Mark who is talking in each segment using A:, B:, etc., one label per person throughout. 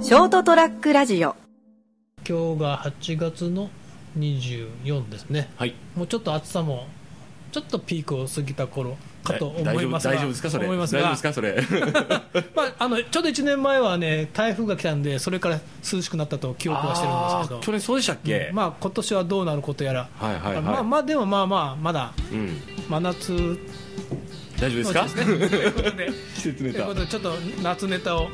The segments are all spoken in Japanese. A: ショートトラックラジオ
B: 今日が8月の24ですね
C: はい、
B: もうちょっと暑さもちょっとピークを過ぎた頃かと
C: 大
B: 思い
C: 丈
B: ま
C: 夫
B: すが
C: 大丈夫ですかそれ
B: 思います
C: 大丈夫
B: が
C: ですかそれ
B: まあ、あのちょうど1年前はね台風が来たんでそれから涼しくなったと記憶はしてるんですけ
C: あ
B: ど
C: ー去年そうでしたっけ、
B: まあ、今年はどうなることやら、
C: はいはいはい
B: まあまあでもまあまあまだ
C: うん、
B: 真夏 の
C: 大丈夫ですか
B: うち ですねということで
C: 季節
B: と
C: ネ
B: いう
C: タ
B: ことでちょっと夏ネタを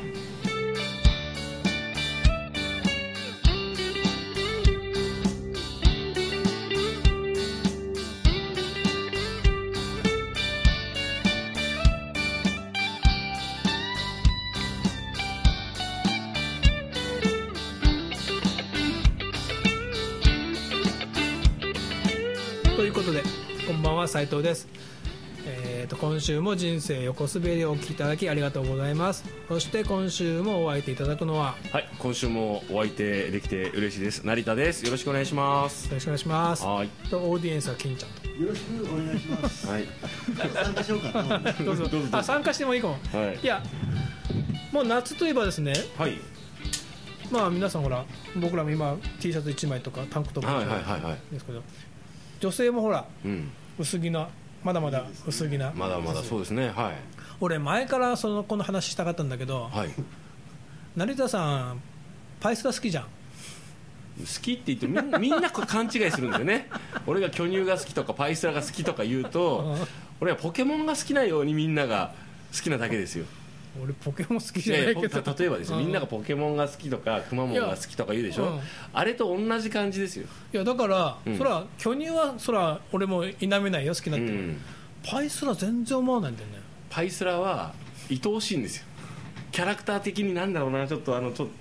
B: ということでこんばんは斉藤ですえー、と今週も人生横滑りをお聞きいただきありがとうございますそして今週もお相手いただくのはよ
C: はい今週もお相手できて嬉しいです成田ですよろしくお願いします
B: ろしくお願いします
C: はい
B: とオーディエンスは金ちゃんと
D: よろしくお願いします。
C: はい
D: 参加しようか な。
B: どうぞ
C: どうぞどうぞ
B: あ参加してもいいかも
C: はい
B: いやもう夏といえばですね
C: はい
B: まあ皆さんほら僕らも今 T シャツ1枚とかタンクトップ
C: はい
B: 1
C: はい
B: 枚
C: はいはい
B: ですけど女性もほら
C: うん
B: 薄着なまだまだ薄着な
C: まだまだそうですねはい
B: 俺前からそのこの話したかったんだけど
C: はい
B: 成田さんパイスタ好きじゃん
C: 好きって言ってみんみんなこう勘違いするんだよね 俺が巨乳が好きとかパイスラが好きとか言うと
B: うん
C: 俺はポケモンが好きなようにみんなが好きなだけですよ
B: 俺ポケモン好き
C: い
B: じゃ
C: や
B: ないい
C: や
B: けど
C: た例えばですよ
B: うん
C: みんながポケモンが好きとかくまモンが好きとか言うでしょ、
B: いやうん
C: あれと同じ感じですよ、
B: いやだから、
C: うん
B: そら巨乳はそら俺も否めないよ好きにな
C: う
B: ってる、
C: ん、
B: パイすら全然思わないんだよね
C: パイスラは愛おしいんですよキャラクター的になんだろうなちょっとあのちょっと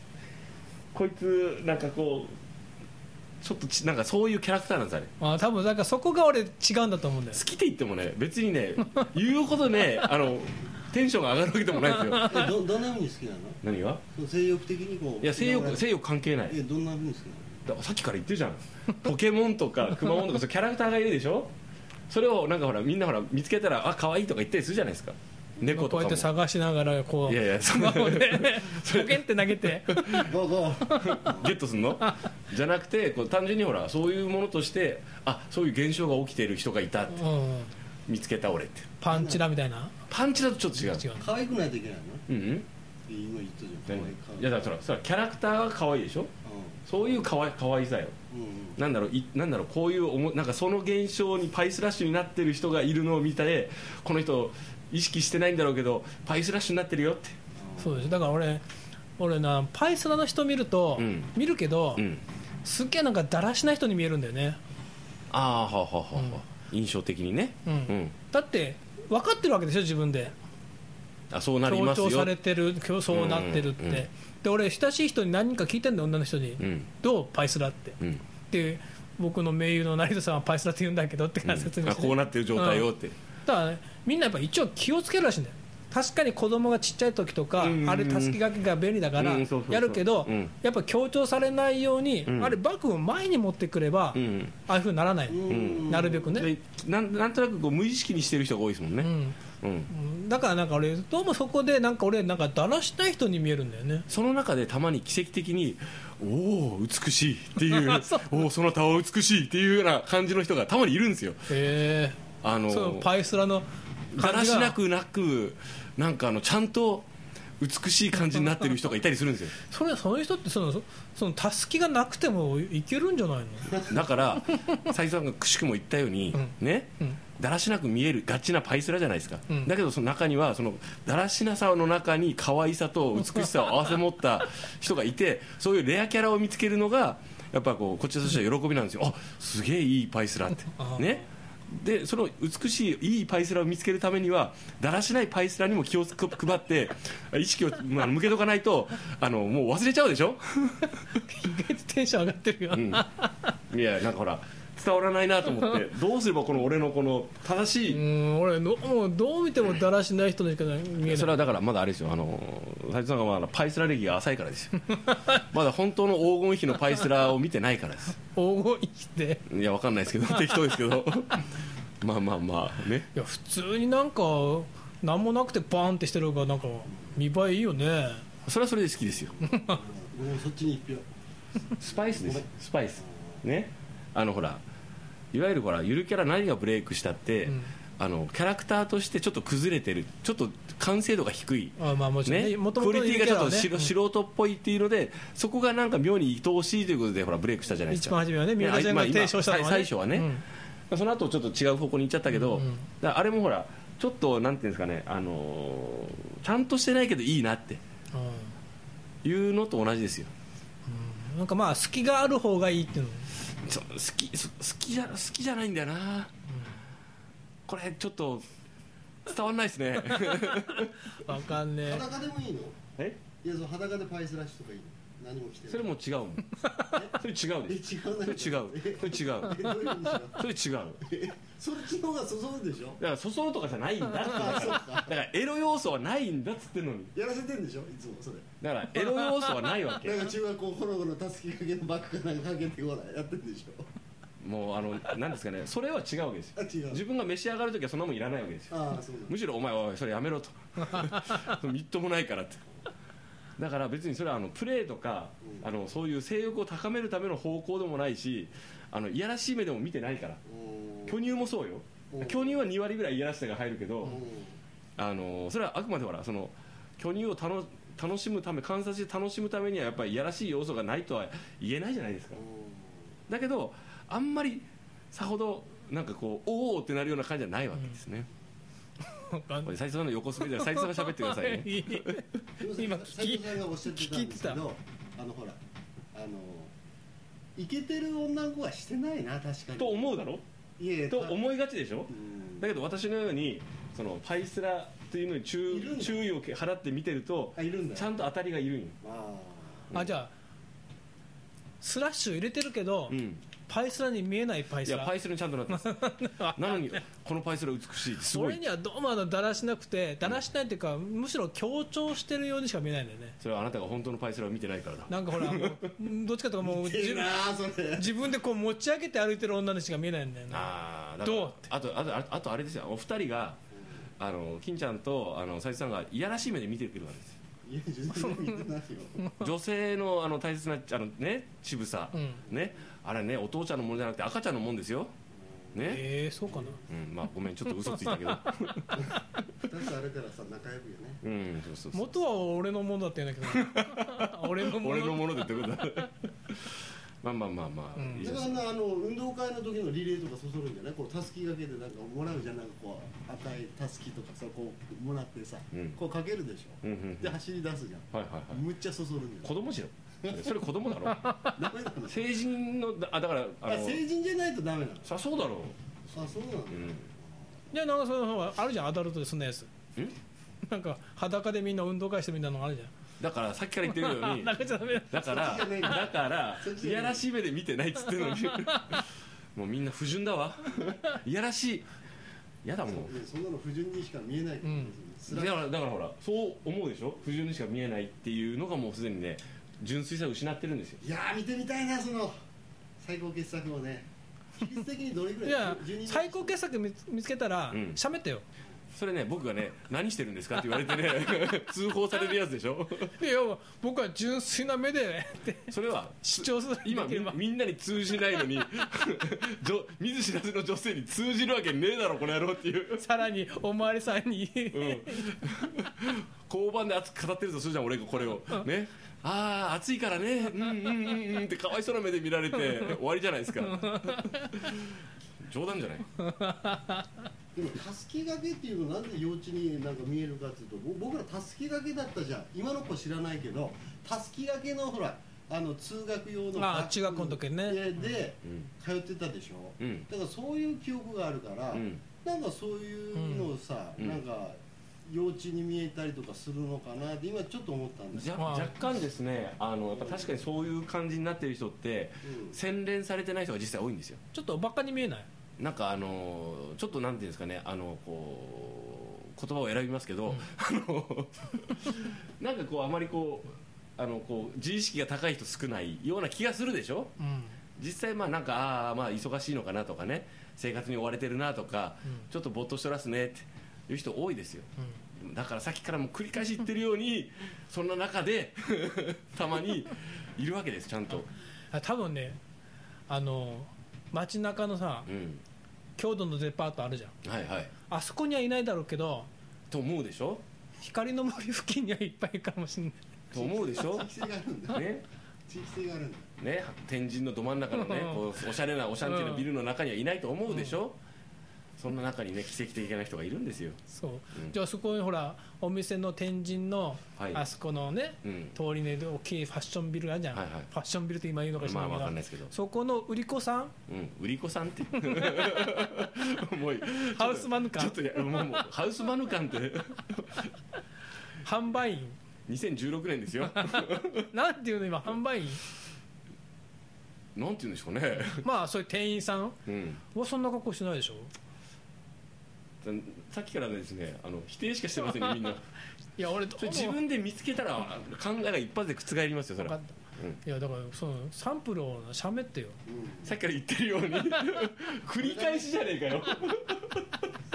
C: こいつなんかこうちょっとちなんかそういうキャラクターなんですあれ
B: あ多分だからそこが俺違うんだと思うんだよ
C: 好きって言ってもね別にね言うほどねあのテンションが上がるわけでもないですよ
D: えどどんな風に好きなの
C: 何が
D: その？性欲的にこう。
C: いや性欲
D: 性
C: 性欲関係ない
D: えどんな風に好き
C: だからさっきから言ってるじゃんポケモンとかクマモンとかそうキャラクターがいるでしょそれをなんかほらみんなほら見つけたらあ可愛いとか言ったりするじゃないですか猫
B: ことう
C: か
B: やっ
C: も
B: て探しながらこう
C: いやいやそん
B: スマ
C: な
B: ホ でポケンって投げて
D: なの？どうぞ。
C: ゲットすんのじゃなくてこう単純にほらそういうものとしてあそういう現象が起きてる人がいたって
B: うん
C: 見つけた俺って
B: パンチラみたいな
C: パンチだとちょっと違う
B: 違う
D: 可愛くないといけないの？
C: うんうん
D: 今言ったじゃん。
C: 何
D: 可愛い
C: いやだからそれはキャラクターが可愛いでしょそういう可愛可愛さよ
D: うんうん
C: なんだろういなんだろうこういうおもなんかその現象にパイスラッシュになってる人がいるのを見てこの人意識してないんだろうけどパイスラッシュになってるよって
B: そうでしょだから俺俺なパイスラの人見ると、
C: うん
B: 見るけど、
C: うん
B: すっげえなんかだらしない人に見えるんだよね
C: ああはあはあはあ、印象的にね
B: うんだって分かってるわけでしょ自分で
C: あそうなり
B: 強
C: ます
B: 調
C: よ
B: されてる今日そうなってるって、
C: うんうんうん
B: で俺親しい人に何人か聞いてんだよ女の人に、
C: うん
B: どうパイスラって
C: うん
B: で僕の盟友の成田さんは パイスラって言うんだけどってから説明
C: あ
B: して、
C: こうなってる状態
B: う
C: よっ
B: ん
C: て、
B: だから、ね、みんなやっぱ一応気をつけるらしいんだよ確かに子供がちっちゃい時とか、
C: うんうんうん
B: あれ、たすきがけが便利だから
C: うんそうそうそう
B: やるけど、
C: うん
B: やっぱ強調されないように、
C: ん
B: あれ、バッグを前に持ってくれば、
C: うん
B: ああいうふうにならない、
D: ん
B: なるべくね、
C: でなんなんとなくこう無意識にしてる人が多いですもん
B: う
C: ね、
B: ん
C: うん
B: うんだからなんか俺、どうもそこで、なんか俺、なんかだらしない人に見えるんだよね。
C: その中でたまに奇跡的におお美しいっていう
B: そう
C: おお その他は美しいっていうような感じの人がたまにいるんですよ
B: へえ
C: あの
B: そのパイスラの
C: だら
B: 感じ
C: し
B: が
C: なくなくなんかあのちゃんと美しい感じになってる人がいたりするんですよ
B: それその人ってそのそそのたすきがなくてもいけるんじゃないの
C: だから斉藤さんがくしくも言ったように、ね、
B: うん
C: だらしなく見えるガチなパイスラじゃないですか、
B: うん
C: だけどその中にはそのだらしなさの中に可愛さと美しさを併せ持った人がいてそういうレアキャラを見つけるのがやっぱこうこっちとしては喜びなんですよあすげえいいパイスラって
B: あー
C: ねでその美しいいいパイスラを見つけるためにはだらしないパイスラにも気をつく配って意識を、まあ、向けとかないとあのもう忘れちゃうでしょ
B: 意外とテンション上がってるよ、
C: いやなんかほら伝わらないなと思ってどうすればこの俺のこの正し
B: う
C: い、
B: ん俺のもうどう見てもだらしない人にしか見え
C: そ
B: ない
C: れはだからまだあれですよあの斉藤さんがまだパイスラ歴が浅いからですよ まだ本当の黄金比のパイスラを見てないからです
B: 黄金生きて
C: いやわかんないですけ ど適当ですけどまあまあまあね
B: いや普通になんか何もなくてバーンってしてる方がなんか見栄えいいよね
C: それはそれで好きですよ
D: 僕もそっちに一票
C: スパイスで
D: ご
C: す
D: めん
C: スパイスねあのほらいわゆるほらゆるキャラ何がブレイクしたって、
B: うん
C: あのキャラクターとしてちょっと崩れてるちょっと完成度が低い
B: あまあもちろんね
C: ね、
B: もと
C: クオ
B: も
C: リ
B: と
C: ティがちょっと素,、
B: ね
C: 素人っぽいっていうのでそこがなんか妙に愛おしいということでほらブレイクしたじゃないです
B: 一
C: か
B: 番初めはね、
C: ね
B: 宮田ちゃんが
C: あ今
B: 提唱したのはね、
C: 最最初はね
B: うん
C: その後ちょっと違う方向に行っちゃったけど、
B: うんうん
C: だからあれもほらちょっとなんていうんですかね、あのーちゃんとしてないけどいいなって
B: うん
C: いうのと同じですよ
B: うんなんかまあ隙がある方がいいっていうの、
C: そ好きそ好きじゃ好きじゃないんだよなこれちょっと伝わんないです ね
B: わかんねえ
D: 裸でもいいの
C: え
D: いやそう裸でパイスラッシュとかいいの何も着てない
C: それも違うもんそれ違う
D: え
C: で
D: 違うな
C: それ違う
D: え
C: それ違う
D: えどういう意味でしょう
C: それ違う
D: えそっちの方がそそるでしょ
C: だからそそるとかじゃないんだってだ
D: あそう
C: か
D: から
C: だからエロ要素はないんだっつってんのに
D: やらせてんでしょいつもそれ
C: だからエロ要素はないわけ
D: なんか中学校ほろほろたすき掛けのバッグかなんかかけてほらやってんでしょ
C: もうあのなんですかねそれは違うわけですよ
D: あ違う
C: 自分が召し上がる時はそんなもんいらないわけですよ
D: ああそう
C: むしろお前おいそれやめ ろとみっともないからってだから別にそれはあのプレーとか、
D: うん
C: あのそういう性欲を高めるための方向でもないしあのいやらしい目でも見てないから
D: なん
C: 巨乳もそうよ
D: うん
C: 巨乳は2割ぐらいいやらしさが入るけど、あのそれはあくまでほらその巨乳を楽楽しむため観察して楽しむためにはやっぱりいやらしい要素がないとは言えないじゃないですかだけどあんまりさほどなんかこうおおってなるような感じじゃないわけですね、
B: わかん
C: こ
B: ね
C: れ斉藤さんの横滑りで斉藤さんが喋ってくださいね
B: えいい今
D: 今
B: 聞き
D: 斉藤さんがおっしゃってたんですけ
B: 聞
D: どあのほらあのイケてる女の子はしてないな確かに
C: と思うだろ
D: いやいや
C: と
D: た
C: 思いがちでしょ
D: うん
C: だけど私のようにそのパイスラというのに
D: い
C: 注
D: るんだ
C: 注意を払って見てると
D: あいるんだ
C: ちゃんと当たりがいるんよ、
D: あ
B: あじゃあスラッシュ入れてるけど、
C: うん、
B: パイスラに見えないパイ
C: い
B: ス
C: や
B: ラ
C: パイスラにちゃんとなって ますなのにこのパイスラ美しいす
B: そ
C: ご
B: れ
C: い
B: にはどうもあのだらしなくてだらしないっていうか、むしろ強調してるようにしか見えないんだよね
C: それはあなたが本当のパイスラを見てないからだ
B: なんかほらもうどっちかというともう
D: あ
B: 自
D: いい
B: 分
D: なあそれ
B: 自分でこう持ち上げて歩いてる女の人しか見えないんだよね
C: あーだから
B: どうって
C: あとあとあとあとあれですよお二人があの金ちゃんとあの斉藤さんがいやらしい目で見てくるわけ ですよ
D: いや全然見てないよ
C: 女性のあの大切なあの、ね、渋さ、
B: うん
C: ね、あれねお父ちゃんのものじゃなくて赤ちゃんのもんですよ、ね
B: ええそうかな
C: うんまあ、ごめんちょっと嘘ついた けど、
D: 二つあるからさ仲良くよね
C: うん、そうそうそう
B: 元は俺のものだったようだ けど俺のも
C: 俺の
B: の
C: ものでってこと だまあまあまあま
B: う
C: あ、
B: ん
C: いい
D: だ
C: で
D: から
C: す
D: あのあの運動会の時のリレーとかそそるんじゃないこうたすきがけでなんかもらうじゃんなんかこう赤いたすきとかさこうもらってさ、
C: うん
D: こうかけるでしょ、
C: うんうんうん
D: で走り出すじゃん、
C: はいはいはい
D: むっちゃそそるんじゃ
C: 子供じゃんそれ子供だろ
D: んダメなの
C: 成人のあだからあ
D: あ
C: の
D: 成人じゃないとダメなの
C: さそうだろ
D: あそうなの、
C: う、うん、
B: じゃあなんかその方があるじゃんアダルトでそんなやつ
C: ん
B: なんか裸でみんな運動会してみたいなのがあるじゃん
C: だからさっきから言ってるよ うに
B: なんかち ょっとダメだ
C: だから
D: そっちじゃねえか
C: だから
D: そっちじゃねえ
C: いやらしい目で見てないっつってん のにもうみんな不純だわいやらしいやだもん
D: いやそんなの不純にしか見えないから、
B: うん
D: 別
C: だ
D: に
C: か
D: 辛い
C: らだからほらそう思うでしょ不純にしか見えないっていうのがもうすでにね純粋さを失ってるんですよ
D: いやー見てみたいなその最高傑作をね比率的にどれぐらい
B: いや
D: 12人
B: 最高傑作見つ見つけたら
C: うん
B: 喋ってよ、
C: それね僕がね何してるんですかって言われてね 通報されるやつでしょ
B: いや僕は純粋な目でって
C: それは
B: 主張する
C: 今
B: だけ
C: み
B: れば
C: みんなに通じないのに じょ見ず知らずの女性に通じるわけねえだろこの野郎っていう、
B: さらにおまわりさんに、
C: うん、交番で熱く語ってるとするじゃん俺がこれをねああ暑いからねうんうんうんうんってかわいそうな目で見られて終わりじゃないですか冗談じゃない
D: でもたすき掛けっていうのなんで幼稚になんか見えるかっていうとぼ僕らたすき掛けだったじゃん今の子知らないけどたすき掛けのほらあの通学用の
B: ああ
D: バッグ
B: 中学校の時ね
D: でで
C: うん
D: 通ってたでしょ、
C: うん
D: だからそういう記憶があるから、
C: うん
D: なんかそういうのをさ、
C: うん
D: なんか幼稚に見えたりとかするのかなって今ちょっと思ったんです
C: じゃ
B: まあ
C: 若干ですねあのやっぱ確かにそういう感じになってる人って
D: うん
C: 洗練されてない人が実際多いんですよ
B: ちょっとおバカに見えない
C: なんかあのちょっとなんていうんですかねあのこう言葉を選びますけど、あのなんかこうあまりこうあのこう自意識が高い人少ないような気がするでしょ
B: うん
C: 実際まあなんかああまあ忙しいのかなとかね生活に追われてるなとか、
B: うん
C: ちょっとぼーっとしてますねっていう人多いですよ
B: うん
C: だからさっきからも繰り返し言ってるようにそんな中で たまにいるわけですちゃんと、
B: あ多分ねあの街中のさ
C: うん、
B: 郷土のデパートあるじゃん
C: はいはい
B: あそこにはいないだろうけど
C: と思うでしょ
B: 光の森付近にはいっぱいいるかもしれない
C: と思うでしょ
D: 地域性があるんだ
C: ね
D: 地域性があるんだ
C: ね天神のど真ん中のね
B: うん
C: こうおしゃれなおしゃんてのビルの中にはいないと思うでしょ、そんな中にね奇跡的な人がいるんですよ
B: そう、
C: うん
B: じゃあそこにほらお店の天神の、
C: はい
B: あそこのね
C: うん
B: 通りに大きいファッションビルがあるじゃん、
C: はいはい
B: ファッションビルって今言うのかしら
C: まあ
B: ないけ
C: わ
B: ど、
C: かんないですけど
B: そこの売り子さん
C: うん、売り子さんって もう
B: ハウスマヌカン
C: ちょっといやもうもうハウスマヌカンって
B: 販売員
C: 2016 年ですよ
B: なんていうの今販売員
C: なんて言うんでしょうね、
B: まあそういう店員さん
C: うん、
B: はそんな格好してないでしょ
C: さっきからですねあの否定しかしてませんねみ んない
B: や俺どう
C: それ自分で見つけたら考えが一発で覆りますよそ
B: 分
C: れ
B: か
C: は
B: った
C: うん
B: いやだからそのサンプルをしゃべってよ
D: うん
C: さっきから言ってるように 繰り返しじゃねえかよ
D: そ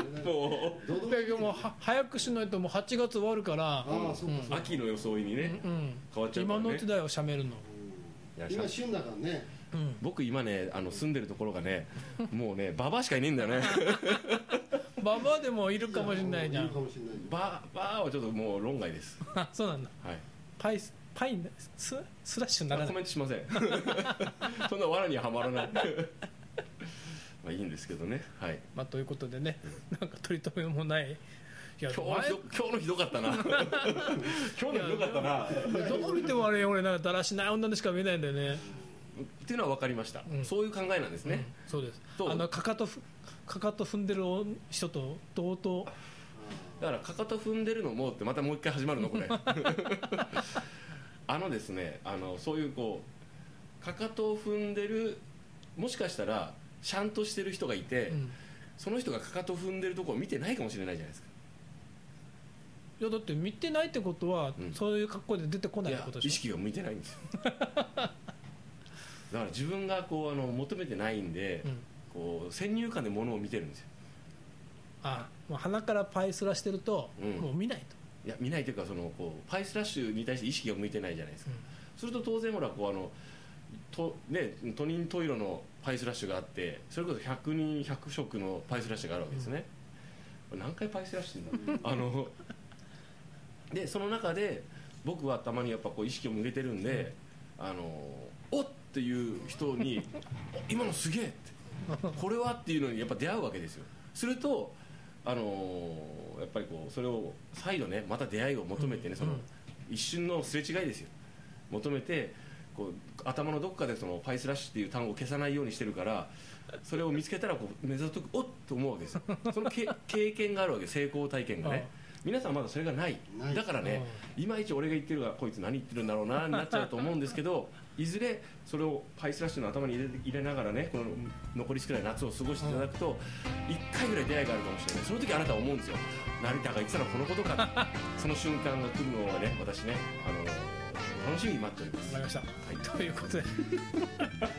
D: れなんか
C: も
D: 堂々
B: だけどもうは早くしないともう8月終わるから
D: ああそうかそう
C: う
D: か
C: 秋の装いにね、
B: うん
C: 変わっちゃうか
B: 今
C: ら
B: のう
C: ね
B: ちだよしゃべるの
C: いや
D: 今旬だからね
B: うん
C: 僕今ねあの住んでるところがねもうねババアしかいねえんだよ ね
B: ババアでもいるかもしれないじゃ
D: いるか
B: ん
D: もしれないじゃん
C: ババアはちょっともう論外です
B: あそうなんだ
C: はい
B: パイスパイススラッシュにならな
C: コ
B: い
C: メントしません そんな藁にはまらない まあいいんですけどねはい
B: まあということでね なんか取り留めもないいや
C: 今日のひど今日のひどかっ たな今日のひどかったな
B: 前どう見てもあれ俺なんかだらしない女にしか見えないんだよね
C: っていうのは分かりました、
B: うん
C: そういう考えなんですね、
B: そうです
C: どう
B: あのかかとふかかと踏んでる人と同等
C: だからかかと踏んでるのもってまたもう一回始まるのこれ あのですねあのそういうこうかかとを踏んでるもしかしたらシャンとしてる人がいて、
B: うん
C: その人がかかと踏んでるとこを見てないかもしれないじゃないですか
B: いやだって見てないってことは、
C: うん
B: そういう格好で出てこないいっ
C: や
B: てことで
C: 意
B: し
C: 識が向いてないんですよ だから自分がこうあの求めてないんで、
B: ょ、うん、
C: こう先入観で物を見てるんですよ
B: あもう鼻からパイすらしてると、
C: うん
B: もう見ないと、
C: いや見ないというかそのこうパイスラッシュに対して意識が向いてないじゃないですか、すると当然ほらこうあのとね都人十色のパイスラッシュがあってそれこそ100人100色のパイスラッシュがあるわけですね、何回パイスラッシュになるあの でその中で僕はたまにやっぱこう意識を向けてるんで、あのおっっていう人に 「お今のすげえ!」って「これは?」っていうのにやっぱ出会うわけですよするとあのやっぱりこうそれを再度ねまた出会いを求めてね、
B: うん
C: その
B: うん
C: 一瞬のすれ違いですよ求めてこう頭のどこかでそのパイスラッシュっていう単語を消さないようにしてるからそれを見つけたらこう目ざとくおっと思うわけですよそのけ 経験があるわけ成功体験がね皆さんまだそれがない
D: ない
C: だからねいまいち俺が言ってるがこいつ何言ってるんだろう なになっちゃうと思うんですけどいずれそれをパイスラッシュの頭に入れ入れながらねこの残り少ない夏を過ごしていただくと1回ぐらい出会いがあるかもしれないその時あなたは思うんですよ成田が言ってたのはこのことかその瞬間が来るのをね私ねあの楽しみに待っており ます
B: わかりました、
C: い
B: ということで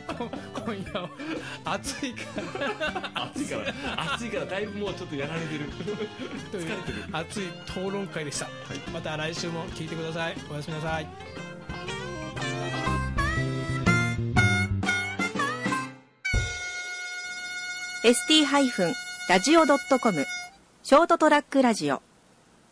B: こ今夜は暑いから
C: 暑いから暑いからだいぶもうちょっとやられてる
B: という
C: 疲れてる
B: 熱い討論会でした、また来週も聞いてくださいおやすみなさい
A: ST-radio.com ショートトラックラジオ